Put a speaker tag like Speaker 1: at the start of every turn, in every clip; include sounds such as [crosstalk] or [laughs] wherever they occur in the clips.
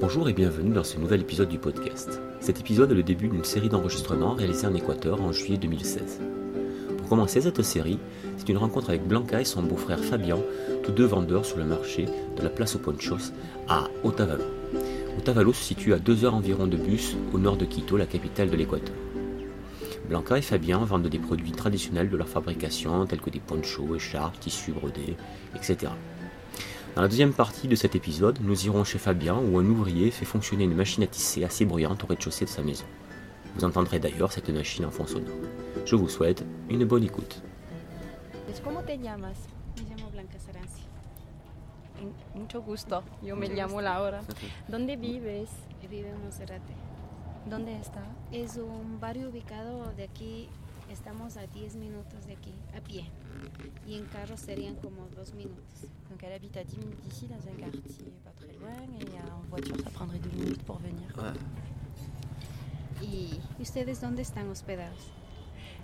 Speaker 1: Bonjour et bienvenue dans ce nouvel épisode du podcast. Cet épisode est le début d'une série d'enregistrements réalisés en Équateur en juillet 2016. Pour commencer cette série, c'est une rencontre avec Blanca et son beau-frère Fabian, tous deux vendeurs sur le marché de la place aux Ponchos à Otavalo. Otavalo se situe à 2 heures environ de bus au nord de Quito, la capitale de l'Équateur. Blanca et Fabien vendent des produits traditionnels de leur fabrication, tels que des ponchos, écharpes, tissus brodés, etc. Dans la deuxième partie de cet épisode, nous irons chez Fabien où un ouvrier fait fonctionner une machine à tisser assez bruyante au rez-de-chaussée de sa maison. Vous entendrez d'ailleurs cette machine en fond sonore. Je vous souhaite une bonne écoute.
Speaker 2: ¿Cómo te llamas?
Speaker 3: Me llamo Blanca Saranzi.
Speaker 2: Mucho gusto. Yo me
Speaker 3: Mucho
Speaker 2: llamo
Speaker 3: gusto.
Speaker 2: Laura. ¿Dónde vives?
Speaker 3: Vive en Monserrate.
Speaker 2: ¿Dónde está?
Speaker 3: Es un barrio ubicado de aquí. Estamos a 10 minutos de aquí, a pie. Y en carro serían como 2 minutos.
Speaker 4: Donc elle habite à 10 minutes d'ici, dans un quartier pas très loin, et en voiture ça prendrait 2 minutes pour venir.
Speaker 3: ¿Y ustedes dónde están hospedados?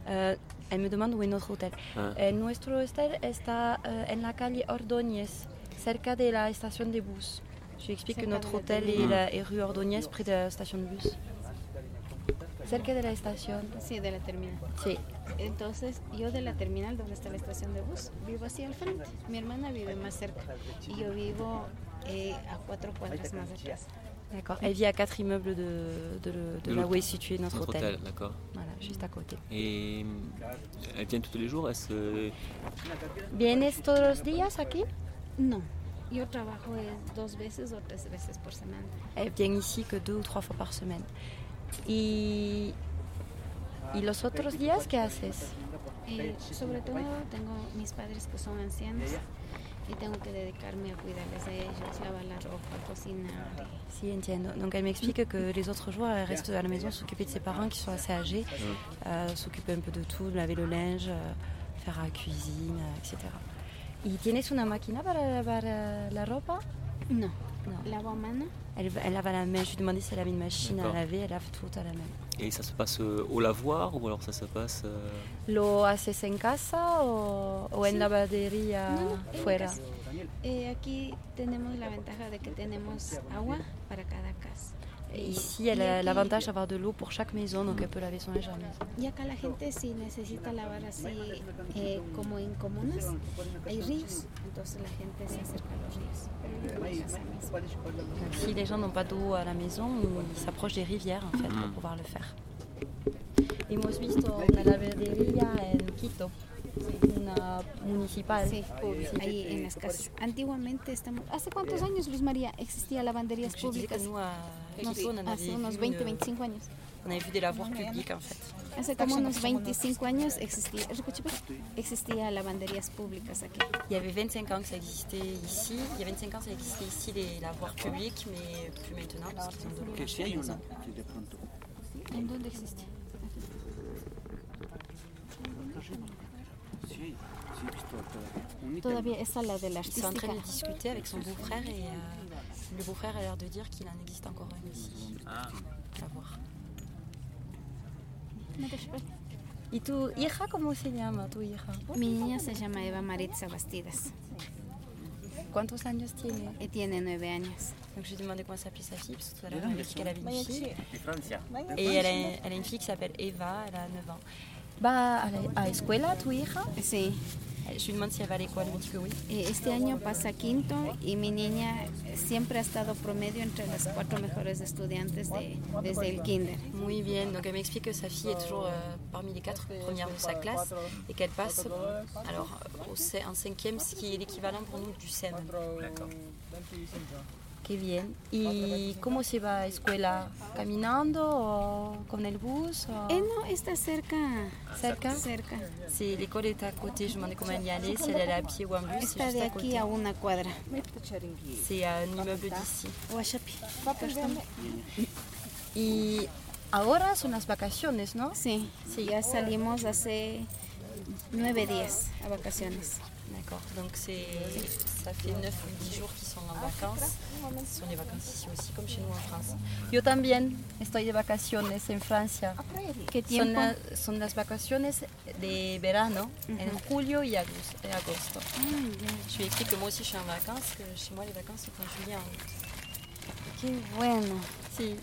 Speaker 4: Euh, elle me demande où est notre hôtel.
Speaker 1: Ah.
Speaker 4: Eh, nuestro hôtel está euh, en la calle Ordóñez, cerca de la station des bus. Je lui explique que
Speaker 3: Cerca
Speaker 4: notre
Speaker 3: de la
Speaker 4: hôtel
Speaker 3: station.
Speaker 4: est, la- est rue Ordóñez, près de la station de bus. Cerca de la station.
Speaker 3: Sí, de la terminal.
Speaker 4: Sí.
Speaker 3: Entonces, yo de la terminal donde está la estación de bus, vivo así al frente. Mi hermana vive más cerca. Y yo vivo eh, a cuatro cuadras más atrás.
Speaker 4: D'accord. Elle vit à quatre immeubles de, de le- de
Speaker 1: De
Speaker 4: là
Speaker 1: l'hôtel.
Speaker 4: où est situé notre,
Speaker 1: Notre hôtel, d'accord.
Speaker 4: Voilà, juste à côté.
Speaker 1: Et elle vient tous les jours Est-ce que
Speaker 4: Vienes todos los días aquí?
Speaker 3: No, yo trabajo eh, dos veces o tres veces por semana.
Speaker 4: Elle vient ici que deux ou trois fois par semaine. Y, y los otros días, ¿qué haces?
Speaker 3: Eh, sobre todo tengo mis padres que son ancianos y tengo que dedicarme a cuidarles a ellos, lavar la ropa, cocinar. y-
Speaker 4: Si, entiendo. Donc elle m'explique que les autres jours, elle reste à la maison s'occuper de ses parents qui sont assez âgés, euh, s'occuper un peu de tout, laver le linge, euh, faire la cuisine, euh, etc. Y tienes una máquina para lavar euh, la ropa?
Speaker 3: No,
Speaker 4: Non.
Speaker 3: lavo a mano.
Speaker 4: Elle, elle lave à la main. Je lui ai demandé si elle avait une machine à
Speaker 1: D'accord.
Speaker 4: laver. Elle lave tout à la main.
Speaker 1: et ça se passe euh, au lavoir ou alors ça se passe euh,
Speaker 4: Lo haces en casa o, o en
Speaker 3: Sí.
Speaker 4: lavadería
Speaker 3: No, no, en
Speaker 4: fuera?
Speaker 3: casa. Eh, aquí tenemos la ventaja de que tenemos agua para cada casa.
Speaker 4: Et Ici, elle a l'avantage d'avoir de l'eau pour chaque maison, donc elle peut laver son linge à la maison.
Speaker 3: Y acá la gente si necesita lavar así eh, como en comunas, hay ríos, entonces la gente se acerca a los ríos. pero en la casa misma.
Speaker 4: Donc, si les gens n'ont pas d'eau à la maison, ils s'approchent des rivières en fait pour
Speaker 1: Mm.
Speaker 4: pouvoir le faire. Hemos visto una lavandería en Quito, euh, una municipal.
Speaker 3: Sí, público, ahí en este las casas. Antiguamente estamos... ¿Hace cuántos años, Luz María, existía lavanderías
Speaker 4: Donc, je disais que
Speaker 3: públicas?
Speaker 4: nous, à
Speaker 3: Nos-
Speaker 4: Quito, on avait,
Speaker 3: hace
Speaker 4: vu,
Speaker 3: unos
Speaker 4: euh,
Speaker 3: 20, 25 años.
Speaker 4: on avait vu des lavoirs publics en fait.
Speaker 3: Hace como unos 25 años existía, existía lavanderías públicas aquí.
Speaker 4: Il y avait 25 ans que ça existait ici. Il y a 25 ans ça existait ici les lavoirs publics, mais plus maintenant parce qu'ils ont de l'eau à chaque maison.
Speaker 5: Ah,
Speaker 3: ¿En dónde existe? Todavía está la de la
Speaker 4: Ils sont en train
Speaker 3: artística.
Speaker 4: de discuter avec son beau-frère et euh, le beau-frère a l'air de dire qu'il en existe encore un ici. À voir.
Speaker 3: No te preocupes.
Speaker 4: Et tu hija, comment se llama tu hija?
Speaker 3: Mi niña se llama Eva Maritza Bastidas
Speaker 4: Cuántos años tiene?
Speaker 3: y tiene nueve años.
Speaker 4: Donc je lui ai demandé comment s'appelait sa fille, parce que tout à l'heure elle m'a dit qu'elle avait une fille. Et elle a, elle a une fille qui s'appelle Eva, elle a 9 ans. Bah, à la escuela tu hija?
Speaker 3: Sí,
Speaker 4: Je lui demande si elle va à l'école, elle me dit que oui.
Speaker 3: eh, este año pasa quinto y mi niña eh, siempre ha estado promedio entre las cuatro mejores estudiantes de- desde el kinder.
Speaker 4: Oui, bien. Donc elle m'explique que sa fille est toujours euh, parmi les quatre premières de sa classe et qu'elle passe alors euh, au cin- en cinquième, ce qui est l'équivalent pour nous du CEM. D'accord. Qué bien. Et comment se va à escuela? Caminando o con el bus?
Speaker 3: Eh, no, está cerca.
Speaker 4: Cerca.
Speaker 3: Cerca.
Speaker 4: C'est l'école est à côté. Je me demandais comment elle y allait, si elle allait à pied ou en bus. C'est
Speaker 3: Está
Speaker 4: juste
Speaker 3: de
Speaker 4: à
Speaker 3: aquí
Speaker 4: côté.
Speaker 3: a una cuadra.
Speaker 4: C'est à un immeuble d'ici.
Speaker 3: Huachapi.
Speaker 4: Et ahora son las vacaciones, no?
Speaker 3: Sí,
Speaker 4: Sí.
Speaker 3: ya salimos hace nueve días a vacaciones.
Speaker 4: D'accord, donc c'est ça fait 9 ou 10 jours qu'ils sont en vacances. Ce sont les vacances ici aussi, comme chez nous en France. Yo también estoy de vacaciones en Francia.
Speaker 3: ¿Qué
Speaker 4: Son,
Speaker 3: tiempo?
Speaker 4: la- son las vacaciones de verano, en julio y agus- et agosto.
Speaker 3: Ah, ya.
Speaker 4: Je lui ai écrit que moi aussi je suis en vacances, que chez moi les vacances sont en juillet et en août. Et
Speaker 3: Qué bueno.
Speaker 4: Si.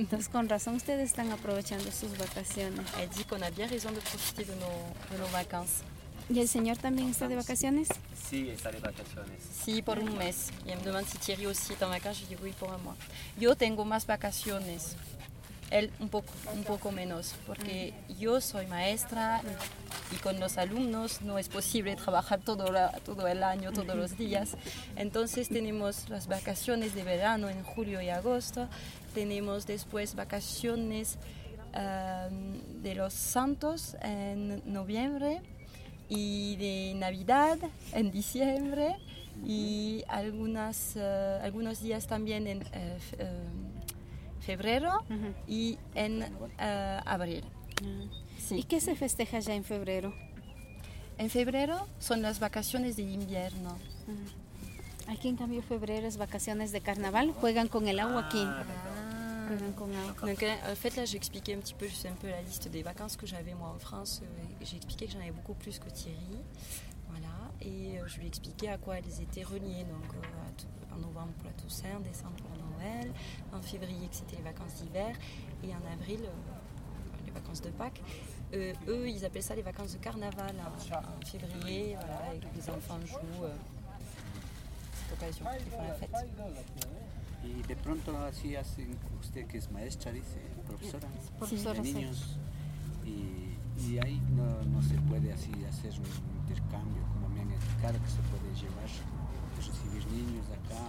Speaker 3: Entonces, con razón ustedes están aprovechando sus vacaciones.
Speaker 4: Elle dit qu'on a bien raison de profiter de nos, de nos vacances.
Speaker 3: ¿Y el señor también está de vacaciones?
Speaker 5: Sí, está de vacaciones.
Speaker 4: Si, por un mes. Y elle me demande si Thierry aussi est en vacances. Je dis oui, pour un mois. Yo tengo más vacaciones. Él un poco, un poco menos, porque yo soy maestra y con los alumnos no es posible trabajar todo, la- todo el año, todos los días. Entonces tenemos las vacaciones de verano en julio y agosto, tenemos después vacaciones eh, de los santos en noviembre y de Navidad en diciembre y algunas, eh, algunos días también en eh, fe- eh, febrero
Speaker 3: Ujú.
Speaker 4: y en eh, abril.
Speaker 3: ¿Y qué se festeja ya en febrero?
Speaker 4: En febrero son las vacaciones de invierno.
Speaker 3: Aquí en cambio febrero es vacaciones de carnaval, juegan con el agua aquí. Juegan con agua.
Speaker 4: Donc euh, là, en fait là j'ai expliqué un petit peu, c'est un peu la liste des vacances que j'avais moi en France. euh, et J'ai expliqué que j'en avais beaucoup plus que Thierry. Voilà. Et euh, je lui ai expliqué à quoi elles étaient reliées. Donc euh, à tout- en novembre pour la Toussaint, en décembre pour Noël, en février que c'était les vacances d'hiver et en avril euh, les vacances de Pâques. Euh, eux ils appellent ça les vacances de carnaval hein, en février, voilà, et que les enfants jouent. euh, cette occasion, ils font la fête.
Speaker 5: Y de pronto así hacen, usted que es maestra, dice, profesora,
Speaker 3: Profesora,
Speaker 5: de
Speaker 3: sí.
Speaker 5: niños. Y, y ahí no, no se puede así hacer un intercambio, como me han explicado, que se puede llevar, recibir niños acá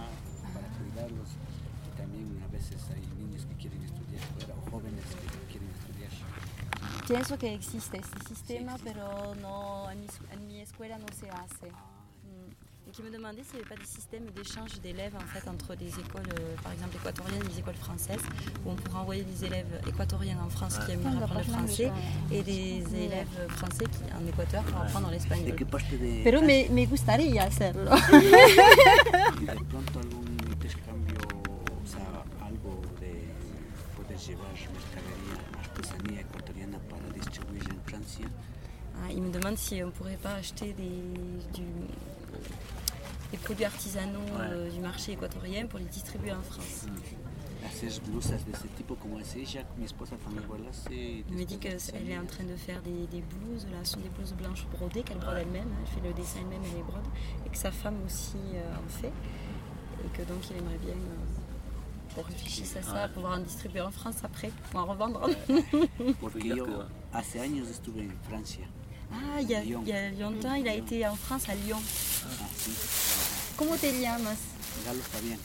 Speaker 5: para cuidarlos. Y también a veces hay niños que quieren estudiar fuera o jóvenes que quieren estudiar.
Speaker 4: Pienso que existe este sistema, pero no, en, mi, en mi escuela no se hace. Mm. Et qui me demandait s'il n'y avait pas des systèmes d'échange d'élèves en fait, entre des écoles, euh, par exemple équatoriennes et des écoles françaises, où on pourrait envoyer des élèves équatoriennes en France qui aiment apprendre le français et des élèves français qui, en Équateur pour apprendre l'espagnol.
Speaker 5: parte de
Speaker 4: Pero me, me gustaría hacerlo.
Speaker 5: y de pronto algún intercambio, o sea, algo de poder llevar mercadería, artesanía ecuatoriana para distribuir en Francia.
Speaker 4: [laughs] Ah, il me demande si on ne pourrait pas acheter des, du- des produits artisanaux euh, du marché équatorien pour les distribuer en France.
Speaker 5: Hacer blusas de ese tipo como es ella, mi esposa también igual hace. y
Speaker 4: Il me dit qu'elle
Speaker 5: después
Speaker 4: est en train de faire des, des blouses, là, ce sont des blouses blanches brodées qu'elle brode elle-même, hein, elle fait le dessin elle-même et les brode, et que sa femme aussi euh, en fait, et que donc il aimerait bien euh, qu'on réfléchisse à ça, pouvoir en distribuer en France après, ou en revendre.
Speaker 5: Porque yo hace años estuve en Francia.
Speaker 4: [laughs] Ah, il y, a-
Speaker 5: Lyon.
Speaker 4: il y a longtemps, il a été en France, à Lyon.
Speaker 5: Así,
Speaker 4: Comment te llamas
Speaker 5: Ah, Galo Fabián.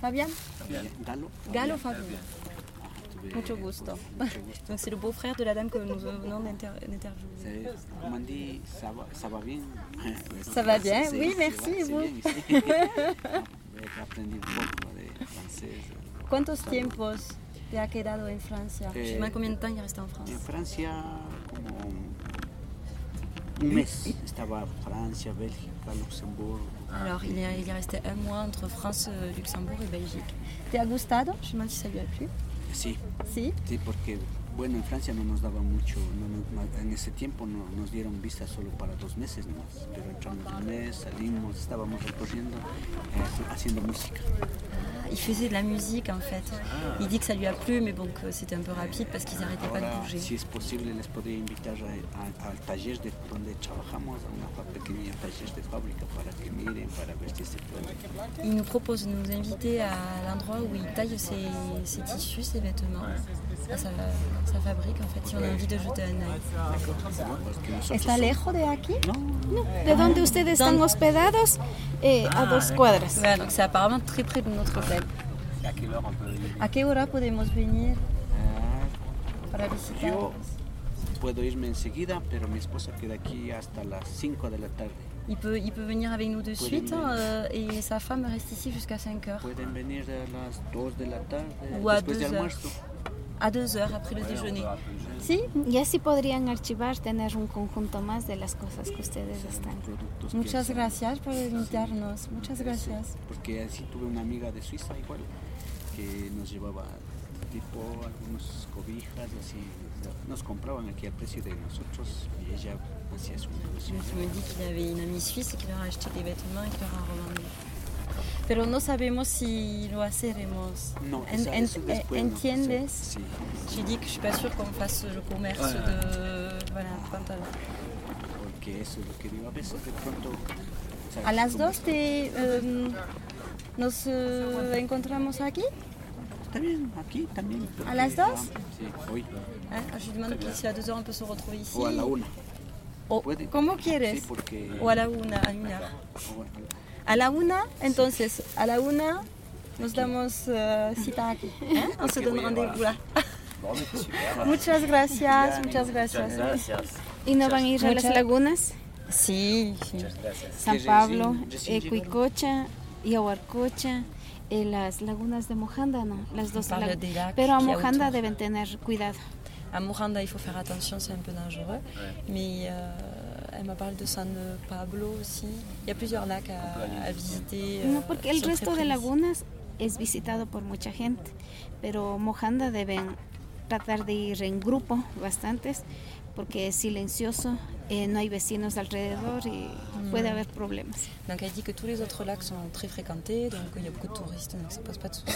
Speaker 4: Fabian
Speaker 5: Galo.
Speaker 4: Galo Fabien.
Speaker 5: Ajá, estuve-
Speaker 4: Mucho gusto.
Speaker 5: Mucho gusto.
Speaker 4: Donc c'est le beau-frère de la dame que nous [laughs] venons d'inter- d'interviewer.
Speaker 5: Se- Mandy, ça va, ça va bien
Speaker 4: [laughs] Ça va bien,
Speaker 5: C'est-
Speaker 4: oui,
Speaker 5: c'est-
Speaker 4: merci,
Speaker 5: c'est
Speaker 4: vous.
Speaker 5: bien ici. [laughs] J'ai appris un peu de français.
Speaker 4: Quantos tiempos te ha quedado en France
Speaker 5: Euh,
Speaker 4: Je me demande combien de temps il est resté en France.
Speaker 5: En Francia, como un mes, estaba Francia, Bélgica, Luxemburgo.
Speaker 4: Alors, il est, il est resté un mois entre France, euh, Luxembourg et Belgique. T'es à Gustado Je me demande si ça lui a plu.
Speaker 5: Sí,
Speaker 4: Si.
Speaker 5: sí, porque bueno, en Francia no nos daban mucho, no nos- no- en ese tiempo no, nos dieron visa solo para dos meses más, pero entramos un mes, salimos, estábamos recorriendo, eh, haciendo música.
Speaker 4: Ah, Il faisait de la musique en fait. Il dit que ça lui a plu, mais bon, que c'était un peu rapide parce qu'ils n'arrêtaient pas de
Speaker 5: Ahora,
Speaker 4: bouger.
Speaker 5: si es posible, les podría invitar a- a- al taller de donde trabajamos, a una fa- pequeña taller de fábrica para que miren, para ver si se puede.
Speaker 4: Il nous propose de nous inviter à l'endroit où il taille ses, ses tissus, ses vêtements, à sa, sa fabrique en fait, si on a envie de jeter un œil.
Speaker 5: Porque nosotros
Speaker 2: ¿Está lejos de aquí?
Speaker 3: ¿De dónde ustedes están hospedados? Eh, a dos cuadras.
Speaker 4: Voilà, donc c'est apparemment très près de notre hôtel. Ah. À quelle hora podemos venir Hein para
Speaker 5: somos-
Speaker 4: visitar
Speaker 5: yo puedo irme enseguida, pero mi esposa queda aquí hasta las 5 de la tarde.
Speaker 4: Il peut, il peut venir avec nous de
Speaker 5: Pour
Speaker 4: suite
Speaker 5: les
Speaker 4: hein,
Speaker 5: mails.
Speaker 4: euh, et sa femme reste ici jusqu'à 5 heures.
Speaker 5: Pueden venir a las 2 de la tarde,
Speaker 4: O a
Speaker 5: después
Speaker 4: deux
Speaker 5: de
Speaker 4: heures.
Speaker 5: almuerzo.
Speaker 4: À 2 heures après le déjeuner.
Speaker 3: Sí, y así podrían archivar, tener un conjunto más de las cosas que ustedes están.
Speaker 5: Productos que
Speaker 4: Muchas
Speaker 5: usan.
Speaker 4: gracias por invitarnos. Muchas gracias.
Speaker 5: Porque así tuve una amiga de Suiza igual, que nos llevaba tipo algunos cobijas, así nos compraban aquí al precio de nosotros y ella hacía su negocio.
Speaker 4: Donc, il me dit qu'il avait une amie suisse et qu'il leur a acheté des vêtements et qu'il leur a revendus. pero no sabemos si lo haremos.
Speaker 5: No,
Speaker 4: En-
Speaker 5: esa-
Speaker 4: en-
Speaker 5: eso después, no.
Speaker 4: ¿Entiendes?
Speaker 5: Sí.
Speaker 4: J'ai dit que je suis pas sûre qu'on fasse le commerce
Speaker 5: Voilà.
Speaker 4: de voilà, pantalon.
Speaker 5: Porque eso es lo que digo, a veces de pronto... ¿sabes?
Speaker 4: A las
Speaker 5: Como-
Speaker 4: dos te, eh, nos eh, encontramos aquí.
Speaker 5: También, aquí también. porque-
Speaker 4: las dos?
Speaker 5: Sí, hoy.
Speaker 4: Hein, je lui demande que si à deux heures on peut se retrouver ici.
Speaker 5: O a la una.
Speaker 4: O-
Speaker 5: Puede.
Speaker 4: Oh, ¿Cómo quieres?
Speaker 5: Sí, porque...
Speaker 4: O a la una, a una.
Speaker 5: o bueno,
Speaker 4: A la una, entonces, a la una nos damos eh, cita aquí. ¿eh? On se donne rendez-vous là. Muchas gracias, muchas gracias.
Speaker 3: ¿Y no van a ir a las lagunas?
Speaker 4: Sí, sí.
Speaker 3: San
Speaker 5: Sí,
Speaker 3: Pablo,
Speaker 5: recién- recién
Speaker 3: eh,
Speaker 5: llegó.
Speaker 3: Cuicocha y Aguarcocha, eh, las lagunas de Mojanda, ¿no? Las dos
Speaker 4: Parle
Speaker 3: lagunas.
Speaker 4: des lacs
Speaker 3: Pero a
Speaker 4: qu'il y a
Speaker 3: Mojanda
Speaker 4: autour.
Speaker 3: deben tener cuidado.
Speaker 4: À Moranda, il faut faire attention, c'est un peu dangereux. Mais euh, elle m'a parlé de San Pablo aussi. Il y a plusieurs lacs à, à visiter. euh,
Speaker 3: No, porque el
Speaker 4: sont très
Speaker 3: resto de
Speaker 4: précis.
Speaker 3: lagunas es visitado por mucha gente, pero Mojanda deben tratar de ir en grupo, bastantes, porque es silencioso, eh, no hay vecinos alrededor y
Speaker 5: Mm.
Speaker 3: puede haber problemas.
Speaker 4: Donc elle dit que tous les autres lacs sont très fréquentés, donc il y a beaucoup de touristes, donc ça pose pas de soucis.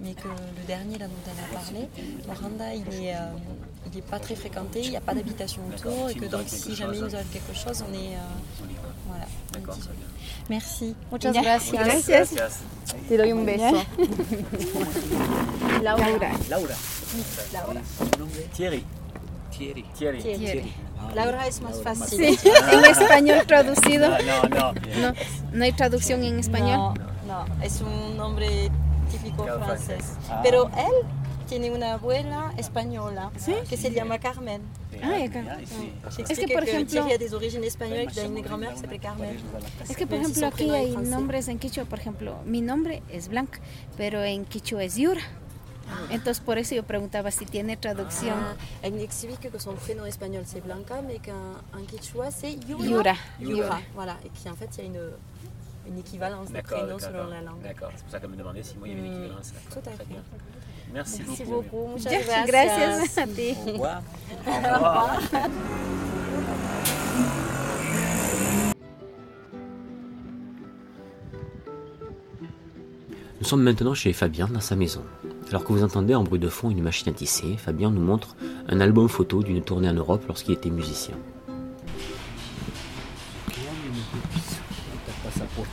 Speaker 4: Mais que le dernier là dont elle a parlé, Moranda, il est, euh, il est pas très fréquenté, il n'y a pas d'habitation autour, et que donc si jamais il nous arrive quelque chose, on est... euh, voilà. un petit- Merci.
Speaker 2: Muchas
Speaker 3: Ya.
Speaker 2: gracias.
Speaker 3: Gracias.
Speaker 2: Te doy un
Speaker 3: [laughs]
Speaker 2: beso.
Speaker 3: Laura.
Speaker 5: Laura. Laura. ¿Su nombre?
Speaker 1: Thierry.
Speaker 5: Thierry.
Speaker 1: Thierry.
Speaker 3: Thierry.
Speaker 5: Ah,
Speaker 4: Laura es más
Speaker 5: Laura, más-
Speaker 4: fácil. [laughs]
Speaker 3: Sí, en español traducido.
Speaker 1: No,
Speaker 3: [laughs]
Speaker 1: no.
Speaker 3: No, no hay traducción en español.
Speaker 4: No, no, es un nombre típico
Speaker 1: Claro,
Speaker 4: francés.
Speaker 1: francés.
Speaker 4: Pero él tiene una abuela española que se llama Carmen.
Speaker 3: Ay, Ah, acá.
Speaker 5: Ay, sí.
Speaker 4: J'expliquais
Speaker 3: que, por ejemplo-
Speaker 4: Thierry a des origines espagnoles,
Speaker 5: Además,
Speaker 4: qu'il a une
Speaker 5: llamó
Speaker 4: grand-mère
Speaker 5: a
Speaker 4: qui
Speaker 5: una
Speaker 4: s'appelait
Speaker 5: para
Speaker 4: Carmen.
Speaker 5: irnos a la casa.
Speaker 3: Es que, por
Speaker 4: Pero si
Speaker 3: ejemplo,
Speaker 4: son
Speaker 3: aquí
Speaker 4: primos
Speaker 3: hay
Speaker 4: francés.
Speaker 3: nombres en quichua. Por ejemplo, mi nombre es Blanca, pero en quichua es Yura. Entonces, por eso yo preguntaba si tiene traducción.
Speaker 4: Ah, elle m'explique que son prénom espagnol c'est Blanca, mais qu'en en quechua c'est Yura.
Speaker 3: Yura.
Speaker 4: Yura,
Speaker 3: Yura.
Speaker 4: Voilà, et qu'en fait il y a une, une équivalence des
Speaker 1: D'accord,
Speaker 4: prénoms
Speaker 1: d'accord.
Speaker 4: selon la langue.
Speaker 1: D'accord, c'est pour ça qu'elle me demandait si moi il y avait une
Speaker 4: Hmm.
Speaker 1: équivalence.
Speaker 4: Tout à
Speaker 1: Très
Speaker 4: fait.
Speaker 1: bien. Merci,
Speaker 4: Merci
Speaker 1: beaucoup.
Speaker 4: beaucoup, muchas gracias.
Speaker 3: Ya, Gracias a ti.
Speaker 1: Au revoir. Au revoir. Nous sommes maintenant chez Fabien dans sa maison. Alors que vous entendez en bruit de fond une machine à tisser, Fabien nous montre un album photo d'une tournée en Europe lorsqu'il était musicien.
Speaker 5: Ahorita pasaporte.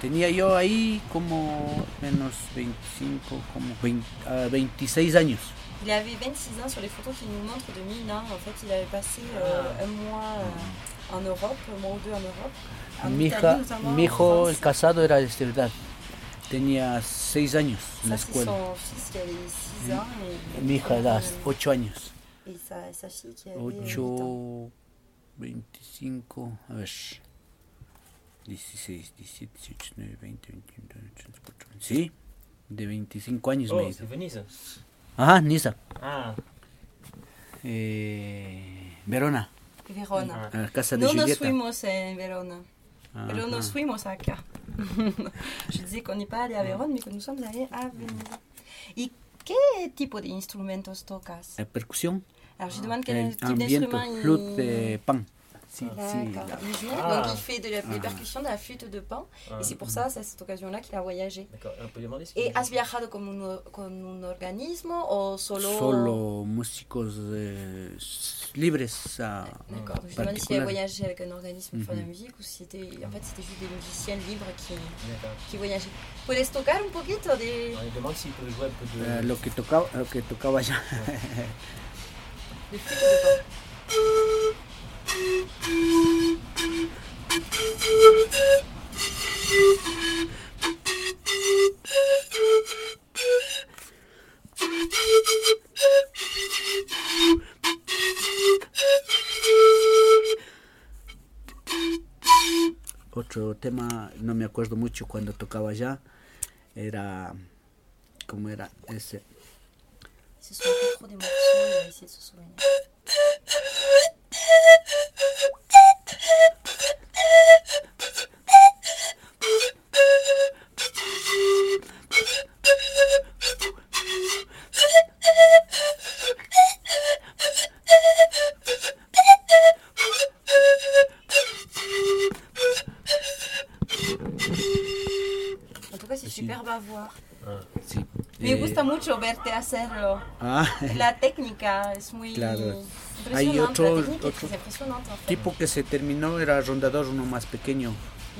Speaker 5: Tenía yo ahí como menos 25, como 20, ah, 26 años.
Speaker 4: Il avait 26 ans sur les photos qu'il nous montre de Mina. En fait, il avait passé euh, un mois euh, en Europe, un mois ou deux en Europe.
Speaker 3: Ah,
Speaker 4: En
Speaker 5: Mi,
Speaker 4: Italie,
Speaker 5: hija-
Speaker 4: notamment,
Speaker 5: mi
Speaker 4: en
Speaker 5: hijo,
Speaker 4: France.
Speaker 5: el casado, era de esta edad. Tenía 6 años en la
Speaker 4: Ça, c'est
Speaker 5: escuela.
Speaker 4: son fils qui avait 6 ans. Et,
Speaker 5: Mi hija
Speaker 4: euh,
Speaker 5: era 8 años.
Speaker 4: et sa, sa fille qui avait 8 ans.
Speaker 5: 8, 25, a ver. 16, 17, 18, 19, 20, 21, 24. Sí, de 25 años me hizo.
Speaker 1: Venise
Speaker 5: Ajá, Niza.
Speaker 1: Ah,
Speaker 5: Eh, Verona,
Speaker 4: Verona.
Speaker 5: a la casa de
Speaker 4: No nos
Speaker 5: Julieta.
Speaker 4: fuimos en Verona.
Speaker 5: Ajá.
Speaker 4: Pero nos fuimos acá. [laughs] Je disais qu'on n'est pas allé à Verona, mais que nous sommes allés à Venise. Et quel type d'instrumentos tocas
Speaker 5: La percusión,
Speaker 4: Alors, je demande quel
Speaker 5: el
Speaker 4: type
Speaker 5: Eh, ambiente,
Speaker 4: d'instrument il...
Speaker 5: flute de pan. Sí, sí,
Speaker 4: D'accord.
Speaker 5: la-
Speaker 4: Il joue,
Speaker 1: Ah.
Speaker 4: donc il fait de la, des percussions de la flûte de pan. Et c'est pour ça, c'est à cette occasion-là qu'il a voyagé.
Speaker 1: d'accord. On peut demander ce
Speaker 4: Et has viajado con un, con un organismo o solo
Speaker 5: solo músicos eh, s- libres. ah,
Speaker 4: D'accord. Donc, Je me demandais s'il
Speaker 5: Particular.
Speaker 4: avait voyagé avec un organisme pour faire de la
Speaker 5: Mhm.
Speaker 4: musique ou si c'était. En fait, c'était juste des musiciens libres qui, qui voyageaient. Puedes tocar un poquito de.
Speaker 1: On lui demande s'il peut jouer un peu de...
Speaker 5: eh, lo que tocaba, lo que tocaba ya.
Speaker 4: de flûte de pan
Speaker 5: Otro tema, no me acuerdo mucho cuando tocaba ya, era. ¿Cómo era? Ese.
Speaker 4: Il se souvient plus trop des morceaux, il a essayé de se souvenir. savoir.
Speaker 5: Sí.
Speaker 4: Me
Speaker 5: Eh,
Speaker 4: gusta mucho verte hacerlo.
Speaker 5: Ah,
Speaker 4: [laughs] La hein, técnica es muy
Speaker 5: Claro.
Speaker 4: impresionante.
Speaker 5: Hay otro-
Speaker 4: la técnica
Speaker 5: otro-
Speaker 4: es impresionante. en fait.
Speaker 5: tipo que se terminó era rondador, uno más pequeño.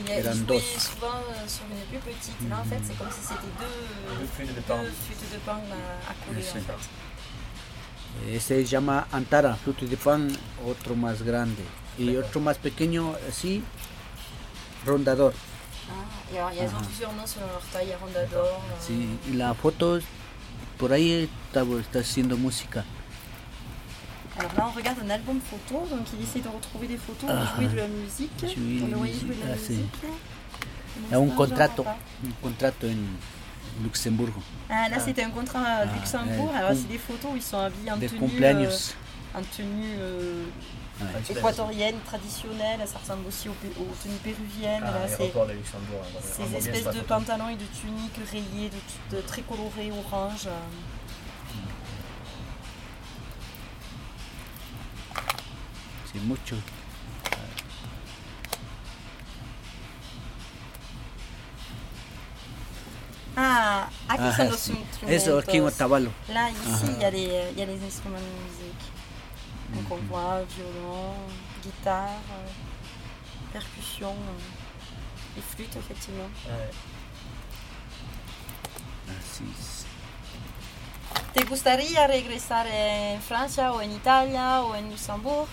Speaker 4: Il est
Speaker 5: Eran
Speaker 4: joué
Speaker 5: dos.
Speaker 4: souvent euh, sur une plus petite. Là, en fait, c'est comme si c'était deux,
Speaker 6: flûte de
Speaker 4: deux flûtes de pan à, à couler,
Speaker 5: Yes,
Speaker 4: en fait.
Speaker 5: Eh, se llama Antara, Flute de Pan, otro más grande. Y otro más pequeño, sí, rondador.
Speaker 4: Ah, et alors, ils ont plusieurs noms selon leur taille. Il y a Rondador. euh,
Speaker 5: Sí, y la foto, por ahí está, está haciendo música.
Speaker 4: Alors là, on regarde un album photo, donc il essaie de retrouver des photos,
Speaker 5: Ah,
Speaker 4: de jouer de la musique.
Speaker 5: Jouer
Speaker 4: on
Speaker 5: de
Speaker 4: le voyait
Speaker 5: musique,
Speaker 4: jouer de la
Speaker 5: ah, c'est-
Speaker 4: musique.
Speaker 5: Es un
Speaker 4: Instant,
Speaker 5: contrato,
Speaker 4: genre,
Speaker 5: un contrato en Luxemburgo,
Speaker 4: hein. Ah, là, c'était un contrat à Luxembourg.
Speaker 5: ouais.
Speaker 4: Alors, c'est des photos où ils sont habillés en
Speaker 5: de
Speaker 4: tenue,
Speaker 5: cumpleaños.
Speaker 4: euh, en tenue euh,
Speaker 6: Traditionnel.
Speaker 4: équatorienne, traditionnelle. Ça ressemble aussi aux, pe- aux tenues péruviennes.
Speaker 6: Ah,
Speaker 4: là, c'est
Speaker 6: aéroport de Luxembourg. hein,
Speaker 4: ces
Speaker 6: vraiment bien,
Speaker 4: espèces
Speaker 6: c'est
Speaker 4: de
Speaker 6: pas trop.
Speaker 4: pantalons et de tuniques rayées, de, de très colorées, orange. euh.
Speaker 5: Sí, mucho.
Speaker 4: Ah, aquí
Speaker 5: Ajá,
Speaker 4: son los
Speaker 5: sí.
Speaker 4: instrumentos.
Speaker 5: Eso aquí en Otavalo.
Speaker 4: Là, ici, il y,
Speaker 6: Ah.
Speaker 4: a les, il y a les instruments de musique. Donc on
Speaker 6: Mm-hmm.
Speaker 4: voit violon, guitare, euh, percussion euh, et flûte, effectivement.
Speaker 6: Ouais.
Speaker 5: Así es.
Speaker 4: ¿Te gustaría regresar en Francia o en Italia o en Luxembourg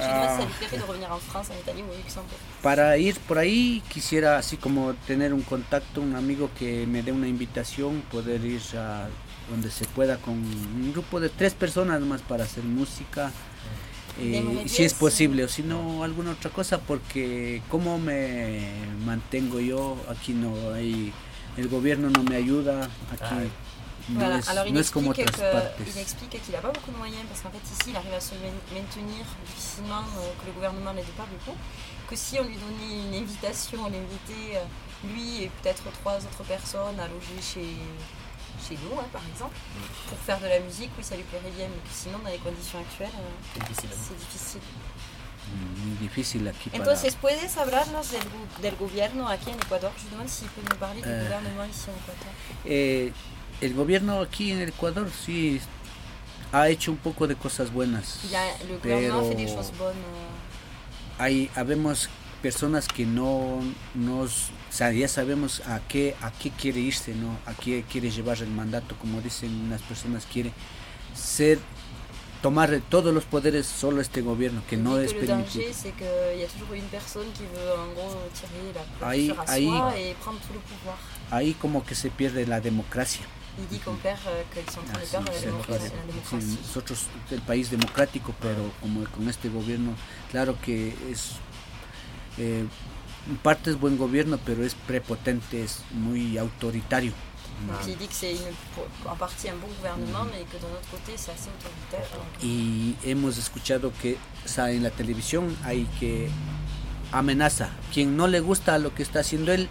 Speaker 5: Ah.
Speaker 4: Je dirais que ça lui plairait de revenir en France, en Italie ou au Luxembourg.
Speaker 5: Para ir por ahí quisiera así como tener un contacto, un amigo que me dé una invitación, poder ir a donde se pueda con un grupo de tres personas más para hacer música, eh,
Speaker 4: Demo de
Speaker 5: si es
Speaker 4: diez.
Speaker 5: posible, o si no alguna otra cosa, porque cómo me mantengo yo, aquí no hay, el gobierno no me ayuda, aquí
Speaker 6: Ah,
Speaker 5: no,
Speaker 4: Voilà.
Speaker 5: es,
Speaker 4: Alors il
Speaker 5: no es como
Speaker 4: explique
Speaker 5: otras
Speaker 4: que- il
Speaker 5: partes.
Speaker 4: explique qu'il n'a pas beaucoup de moyens parce qu'en fait ici il arrive à se main- maintenir difficilement, euh, que le gouvernement n'aide pas beaucoup, que si on lui donnait une invitation, on l'invitait euh, lui et peut-être trois autres personnes à loger chez, chez nous hein, par exemple, pour faire de la musique, oui ça lui plairait bien, mais que sinon dans les conditions actuelles euh,
Speaker 6: Difficile.
Speaker 4: c'est difficile.
Speaker 5: Mm, Muy difícil aquí para...
Speaker 4: Entonces, ¿puedes hablarnos del, gu- del gobierno aquí en Ecuador Je demande s'il peut nous parler du
Speaker 5: Euh.
Speaker 4: gouvernement ici en Ecuador.
Speaker 5: Eh, el gobierno aquí en el Ecuador sí ha hecho un poco de cosas buenas.
Speaker 4: Il y a- le gouvernement fait des
Speaker 5: Pero
Speaker 4: choses bonnes. euh,
Speaker 5: hay, habemos personas que no nos, o sea, ya sabemos a qué, a qué quiere irse, ¿no? A qué quiere llevar el mandato, como dicen las personas, quiere ser, tomar de todos los poderes solo este gobierno, que
Speaker 4: Il
Speaker 5: no
Speaker 4: dit
Speaker 5: es
Speaker 4: que le danger,
Speaker 5: permitido.
Speaker 4: c'est qu'il y a toujours une personne qui veut en gros tirer la
Speaker 5: Aïe,
Speaker 4: couverture à
Speaker 5: aïe.
Speaker 4: soi et prendre tout le pouvoir.
Speaker 5: Ahí como que se pierde la democracia.
Speaker 4: Il dit qu'on perd, euh, qu'ils sont en train de
Speaker 5: Así
Speaker 4: perdre la
Speaker 5: se puede.
Speaker 4: démocratie. la
Speaker 5: Sí,
Speaker 4: démocratie.
Speaker 5: nosotros, el país democrático, pero como con este gobierno, claro que es. eh, en parte es buen gobierno, pero es prepotente, es muy autoritario.
Speaker 4: Donc il dit que c'est une- pour- en partie un bon gouvernement, mais que d'un autre côté, c'est assez autoritaire. donc,
Speaker 5: Y hemos escuchado que o sea, en la televisión hay que amenaza. Quien no le gusta lo que está haciendo él,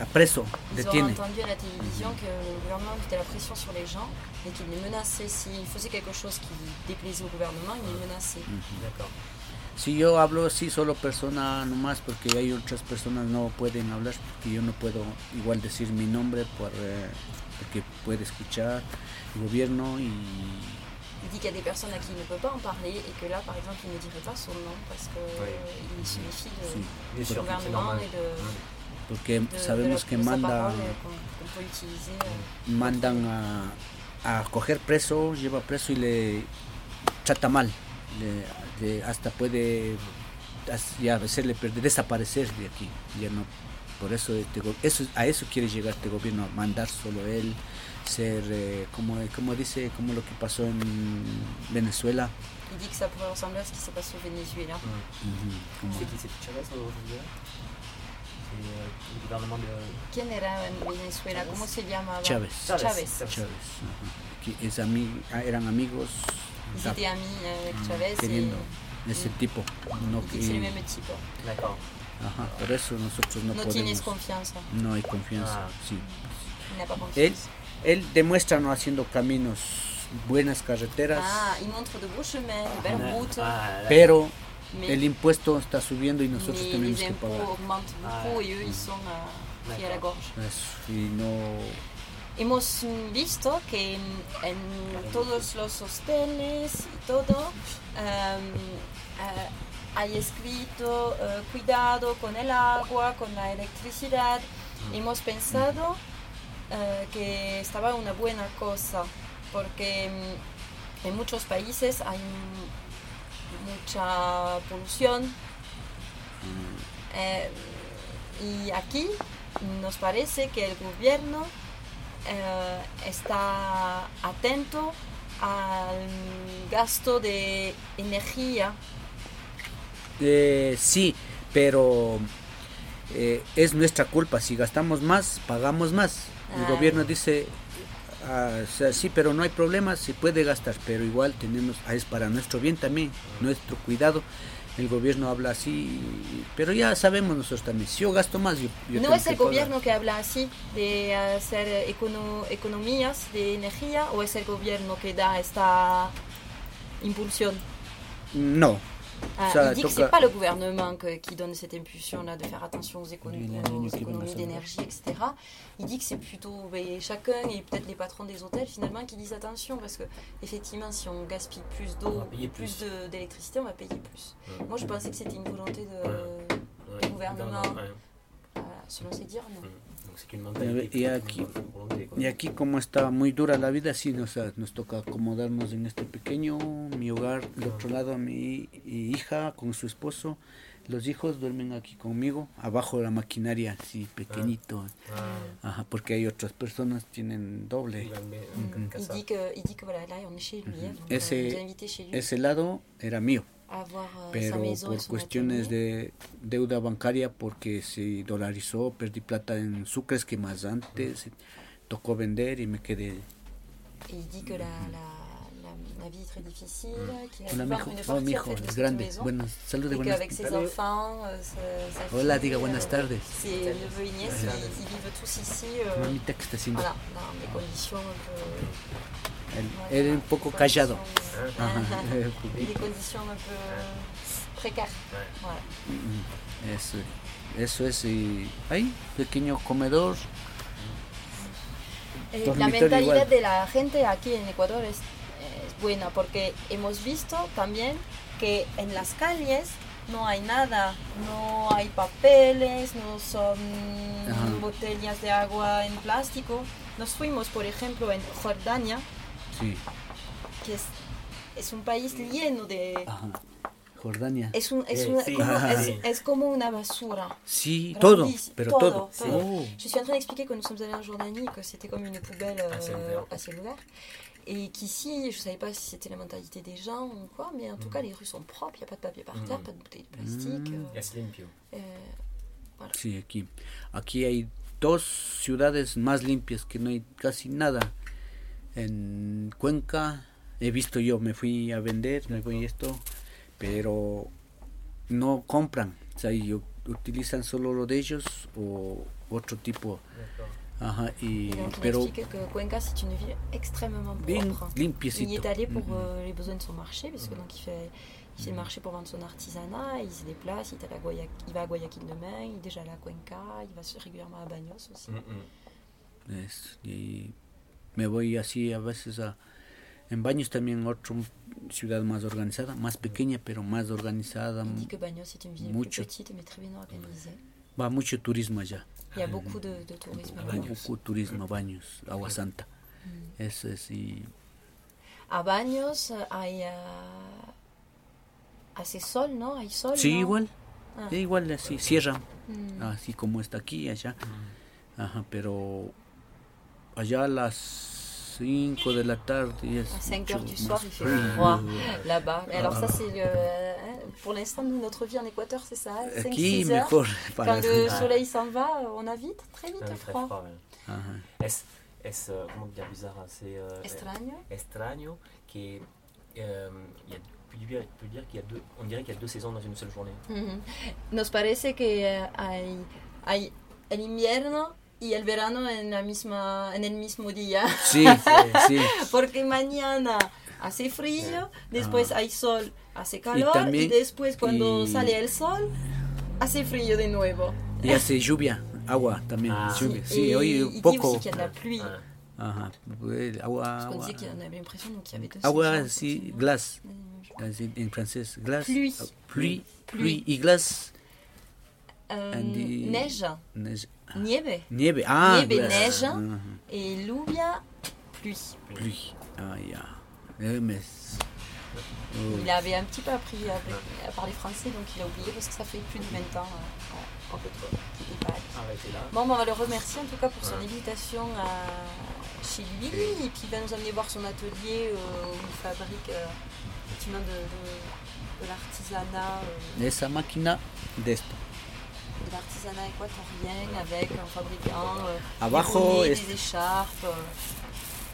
Speaker 5: a preso,
Speaker 4: Ils ont
Speaker 5: detiene.
Speaker 4: entendu à la télévision que le gouvernement mettait la pression sur les gens et qu'il les menaçait. S'ils faisaient quelque chose qui déplaisait au gouvernement, il les menaçait.
Speaker 6: Mm. D'accord.
Speaker 5: Si yo hablo así solo persona nomás, porque hay otras personas no pueden hablar, porque yo no puedo igual decir mi nombre por, eh, porque puede escuchar el gobierno y
Speaker 4: Il dit qu'il y a des personnes à qui il ne peut pas en parler et que là, par exemple, il ne dirait pas son nom parce qu'il
Speaker 6: Oui.
Speaker 4: se méfie
Speaker 5: sí,
Speaker 4: de-
Speaker 6: Bien
Speaker 4: du
Speaker 6: sûr, c'est
Speaker 4: gouvernement
Speaker 6: normal.
Speaker 4: et de.
Speaker 5: porque
Speaker 4: de- de
Speaker 5: sabemos
Speaker 4: la-
Speaker 5: que
Speaker 4: de sa
Speaker 5: manda,
Speaker 4: parole, euh, qu'on- qu'on peut utiliser, euh.
Speaker 5: mandan a, a coger preso, lleva preso y le trata mal, le- le- hasta puede as- ya hacerle perder, desaparecer de aquí, ya no. Por eso, este go- eso a eso quiere llegar este gobierno, mandar solo él, ser eh, como, como dice, como lo que pasó en Venezuela,
Speaker 4: Il dit que ça pourrait ressembler à ce qui s'est passé au Venezuela.
Speaker 5: ujú,
Speaker 6: Tu
Speaker 5: como-
Speaker 6: sais qui c'est Chavez au Venezuela C'est euh, le gouvernement de.
Speaker 4: Quién era en Venezuela? Comment se llamaba?
Speaker 5: Chávez.
Speaker 4: Chávez.
Speaker 5: Chávez, ajá, que es ami- ah, eran amigos,
Speaker 4: Ils
Speaker 5: está
Speaker 4: étaient amis avec
Speaker 6: Mm.
Speaker 4: Chavez et
Speaker 5: teniendo ese
Speaker 4: Mm.
Speaker 5: tipo, no
Speaker 4: il dit que c'est le
Speaker 5: que-
Speaker 4: même type.
Speaker 6: D'accord.
Speaker 5: ajá, por eso nosotros no
Speaker 4: No tienes
Speaker 5: podemos.
Speaker 4: confianza.
Speaker 5: No hay confianza,
Speaker 6: Ah.
Speaker 5: sí.
Speaker 4: Il n'a pas confiance.
Speaker 5: Él, él demuestra no haciendo caminos, buenas carreteras,
Speaker 4: Ah, il montre de beaux chemins, de belles routes,
Speaker 6: Ah, là,
Speaker 5: pero
Speaker 4: mais,
Speaker 5: el impuesto está subiendo y nosotros
Speaker 4: mais
Speaker 5: tenemos
Speaker 4: les
Speaker 5: que
Speaker 4: impôts
Speaker 5: pagar.
Speaker 4: augmentent beaucoup
Speaker 6: Ah.
Speaker 4: et eux, ils sont... euh, qui est à la gorge.
Speaker 5: Eso, y no,
Speaker 4: Hemos visto que en todos los hosteles y todo em, eh, hay escrito eh, cuidado con el agua, con la electricidad. Hemos pensado eh, que estaba una buena cosa porque em, en muchos países hay m- mucha polución. Eh, y aquí nos parece que el gobierno eh, está atento al gasto de energía.
Speaker 5: Eh, sí, pero eh, es nuestra culpa. Si gastamos más, pagamos más. El
Speaker 4: Ah.
Speaker 5: gobierno dice, ah, o sea, sí, pero no hay problema, se puede gastar, pero igual tenemos, ah, es para nuestro bien también, nuestro cuidado. El gobierno habla así, pero ya sabemos nosotros también. Si yo gasto más, yo, yo
Speaker 4: no
Speaker 5: tengo
Speaker 4: es el
Speaker 5: que pagar.
Speaker 4: gobierno que habla así de hacer econo- economías de energía o es el gobierno que da esta impulsion
Speaker 5: No.
Speaker 4: Ah,
Speaker 5: Ça,
Speaker 4: Il dit que
Speaker 5: donc, euh,
Speaker 4: c'est pas le gouvernement que- qui donne cette impulsion-là de faire attention aux, écono-
Speaker 7: Il y en a une
Speaker 4: aux
Speaker 7: qui donne
Speaker 4: économies
Speaker 7: ça.
Speaker 4: d'énergie, etc. Il dit que c'est plutôt ben, chacun et peut-être les patrons des hôtels finalement qui disent attention parce que effectivement si on gaspille plus
Speaker 6: On
Speaker 4: d'eau,
Speaker 6: va payer
Speaker 4: plus,
Speaker 6: plus.
Speaker 4: de- d'électricité, on va payer plus.
Speaker 6: Ouais.
Speaker 4: Moi je pensais que c'était une volonté de,
Speaker 6: Ouais.
Speaker 4: Le gouvernement.
Speaker 6: Ouais.
Speaker 4: voilà, selon ses dires, non.
Speaker 6: Donc c'est une mentalité.
Speaker 5: Et à qui- Y aquí como está muy dura la vida, sí, nos, nos toca acomodarnos en este pequeño, mi hogar, del otro lado mi, mi hija con su esposo, los hijos duermen aquí conmigo, abajo de la maquinaria, sí, pequeñito, ajá, porque hay otras personas tienen doble.
Speaker 4: Mm. Il dit que, il dit que voilà là on est chez lui,
Speaker 6: Mm-hmm.
Speaker 4: hein, donc,
Speaker 5: Et
Speaker 4: euh,
Speaker 5: c'est-
Speaker 4: nous a invités chez lui
Speaker 5: Ese lado era mío,
Speaker 4: à avoir euh, sa
Speaker 5: pero
Speaker 4: maison et
Speaker 5: por
Speaker 4: son
Speaker 5: cuestiones
Speaker 4: atelier.
Speaker 5: de deuda bancaria, porque se dolarizó, perdí plata en sucres que más antes, tocó vender y me quedé
Speaker 4: Et il dit que la, la, la, la vie est très difficile, qu'il a
Speaker 5: Hola,
Speaker 4: dû
Speaker 5: mijo.
Speaker 4: vendre une
Speaker 5: Oh,
Speaker 4: partie en
Speaker 5: mijo,
Speaker 4: fait, de
Speaker 5: es
Speaker 4: cette
Speaker 5: grande.
Speaker 4: maison.
Speaker 5: Buenas, salude,
Speaker 4: et
Speaker 5: buenas.
Speaker 4: qu'avec ses enfants, euh, sa, sa fille,
Speaker 5: Hola, diga
Speaker 4: euh,
Speaker 5: buenas tardes.
Speaker 4: ses neveux et nièces, ils, ils vivent tous ici, euh,
Speaker 5: Mamita, ¿qué está haciendo?
Speaker 4: voilà, dans des conditions un
Speaker 5: Él,
Speaker 4: peu...
Speaker 5: él un poco callado. [laughs]
Speaker 4: conditions, euh,
Speaker 5: Ajá.
Speaker 4: [laughs] et des conditions un peu précaires. Voilà.
Speaker 5: Eso, eso es. Y ahí, pequeño comedor.
Speaker 4: Eh, la
Speaker 5: Dormitorio
Speaker 4: mentalidad
Speaker 5: igual.
Speaker 4: de la gente aquí en Ecuador es, es buena porque hemos visto también que en las calles no hay nada, no hay papeles, no son
Speaker 5: Ajá.
Speaker 4: botellas de agua en plástico. Nos fuimos, por ejemplo, en Jordania,
Speaker 5: Sí,
Speaker 4: que es, es un país lleno de...
Speaker 5: ajá. Jordania.
Speaker 4: Es, un- es
Speaker 5: Eh,
Speaker 6: Sí,
Speaker 4: una-
Speaker 6: sí,
Speaker 4: como,
Speaker 5: ajá. [laughs]
Speaker 4: es- es como una basura.
Speaker 5: Sí,
Speaker 4: grandis-
Speaker 5: todo, pero
Speaker 4: todo,
Speaker 5: todo.
Speaker 4: todo.
Speaker 5: Oh,
Speaker 4: Je suis en train d'expliquer que nous sommes allés en Jordanie, que c'était comme une poubelle euh,
Speaker 6: À ciel ouvert.
Speaker 4: à ciel ouvert. Et qu'ici, je ne savais pas si c'était la mentalité des gens ou quoi, mais en tout cas, les rues sont propres, il n'y a pas de papier par terre,
Speaker 6: Mm.
Speaker 4: pas de bouteilles de plastique.
Speaker 5: Mm.
Speaker 4: euh, euh,
Speaker 5: Sí, aquí. Aquí hay dos ciudades más limpias que no hay casi nada. En Cuenca he visto yo, me fui a vender, me voy esto, pero no compran. O sea, y u- utilizan solo lo de ellos o otro tipo. Ajá, y,
Speaker 4: et donc, il
Speaker 5: pero
Speaker 4: explique que Cuenca, c'est une ville extrêmement
Speaker 5: bien
Speaker 4: propre. Il y
Speaker 5: limpiecito. Mm.
Speaker 4: est allé pour
Speaker 5: Ujú.
Speaker 4: euh, les besoins de son marché, parce que donc il fait, il fait le marché pour vendre son artisanat, il se déplace, il, est à la Guayaquil- il va à Guayaquil demain, il est déjà allé à Cuenca, il va se- régulièrement à Baños aussi.
Speaker 5: Es- y me voy así a veces a en baños también otra ciudad más organizada, más pequeña pero más organizada,
Speaker 4: Il dit que Baños est une ville
Speaker 5: Mucho.
Speaker 4: plus petite mais très bien organisée.
Speaker 5: va mucho turismo allá,
Speaker 4: Il y a beaucoup de, de tourisme.
Speaker 6: Ah,
Speaker 4: là-bas.
Speaker 6: Baños.
Speaker 5: poco turismo, baños, agua santa, eso es y
Speaker 4: A Baños euh, hay euh, hace sol, ¿no? Hay sol.
Speaker 5: sí
Speaker 4: ¿no?
Speaker 5: igual,
Speaker 4: Ah.
Speaker 5: eh, igual así cierra,
Speaker 4: Mm.
Speaker 5: así como está aquí allá, ajá pero allá a las 5 de la tarde es
Speaker 4: À 5
Speaker 5: mucho
Speaker 4: heures du
Speaker 5: más
Speaker 4: soir, il fait
Speaker 5: frío.
Speaker 4: froid là-bas. Mais Alors, ça, c'est le. hein, Pour l'instant, nous, notre vie en Équateur, c'est ça. 5
Speaker 5: Aquí
Speaker 4: 6 heures.
Speaker 5: mejor [laughs] para
Speaker 4: Quand le
Speaker 6: Ah.
Speaker 4: soleil s'en va, euh, on a vite, très vite froid.
Speaker 5: Ajá.
Speaker 6: Es, es, hein. euh, comment dire bizarre, hein, c'est euh,
Speaker 4: Extraño.
Speaker 6: extraño qui est, euh, il y a, on peut dire, on peut dire qu'il y a deux, on dirait qu'il y a deux saisons dans une seule journée.
Speaker 4: Ujú. Mhm. Nos parece que eh, hay, hay el invierno y el verano en, la misma, en el mismo día.
Speaker 5: Sí, sí.
Speaker 4: Porque mañana hace frío, después hay sol, hace calor y,
Speaker 5: Eh, ah. también-
Speaker 4: después cuando
Speaker 5: y-
Speaker 4: sale el sol hace frío de nuevo. [laughs]
Speaker 5: Y hace lluvia. Agua también.
Speaker 1: Ah.
Speaker 5: Sí,
Speaker 4: Et
Speaker 5: sí, hoy
Speaker 4: il
Speaker 5: un
Speaker 4: dit
Speaker 5: poco.
Speaker 4: aussi qu'il y a de la pluie.
Speaker 5: Ajá. Eh, Agua,
Speaker 4: Parce qu'on
Speaker 5: agua,
Speaker 4: disait qu'on avait l'impression qu'il y avait deux
Speaker 5: agua
Speaker 4: saisons,
Speaker 5: Ah, sí,
Speaker 4: forcément.
Speaker 5: glace.
Speaker 4: Euh,
Speaker 5: Así en francés, glace.
Speaker 4: Pluie.
Speaker 5: Pluie. Pluie y glace. Andy- Ah.
Speaker 4: neige,
Speaker 5: Neige.
Speaker 4: nieve
Speaker 5: Nieve. Ah,
Speaker 4: Nieve,
Speaker 5: glace.
Speaker 4: neige.
Speaker 5: Ajá.
Speaker 4: et lluvia, pluie.
Speaker 5: Pluie. Ah, ya. Eh, mais- Oh.
Speaker 4: Il avait un petit peu appris à, à parler français, donc il a oublié parce que ça fait plus de 20 ans euh, en- en fait, qu'il n'est pas allé.
Speaker 8: Arrêtez là.
Speaker 4: Bon, ben, on va le remercier en tout cas pour son
Speaker 8: Ouais.
Speaker 4: invitation à- chez lui. Et puis il va nous amener voir son atelier euh, où il fabrique euh, effectivement de, de- de l'artisanat, euh,
Speaker 5: Esa máquina de esto.
Speaker 4: de l'artisanat équatorien avec en fabriquant euh,
Speaker 5: Abajo,
Speaker 4: des, bonnets,
Speaker 5: est-
Speaker 4: des écharpes, euh,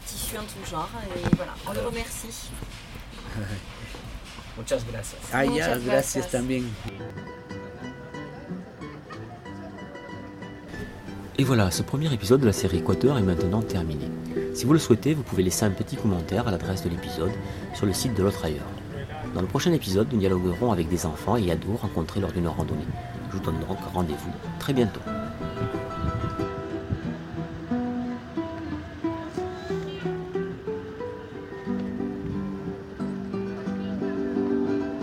Speaker 4: tissus en tout genre. Et voilà, on le remercie.
Speaker 8: Muchas gracias.
Speaker 5: Ah, ya,
Speaker 4: Muchas
Speaker 5: gracias
Speaker 4: gracias.
Speaker 5: también.
Speaker 1: Et voilà, ce premier épisode de la série Équateur est maintenant terminé. Si vous le souhaitez, vous pouvez laisser un petit commentaire à l'adresse de l'épisode sur le site de l'autre ailleurs. Dans le prochain épisode, nous dialoguerons avec des enfants et ados rencontrés lors d'une randonnée. Je vous donne donc rendez-vous très bientôt.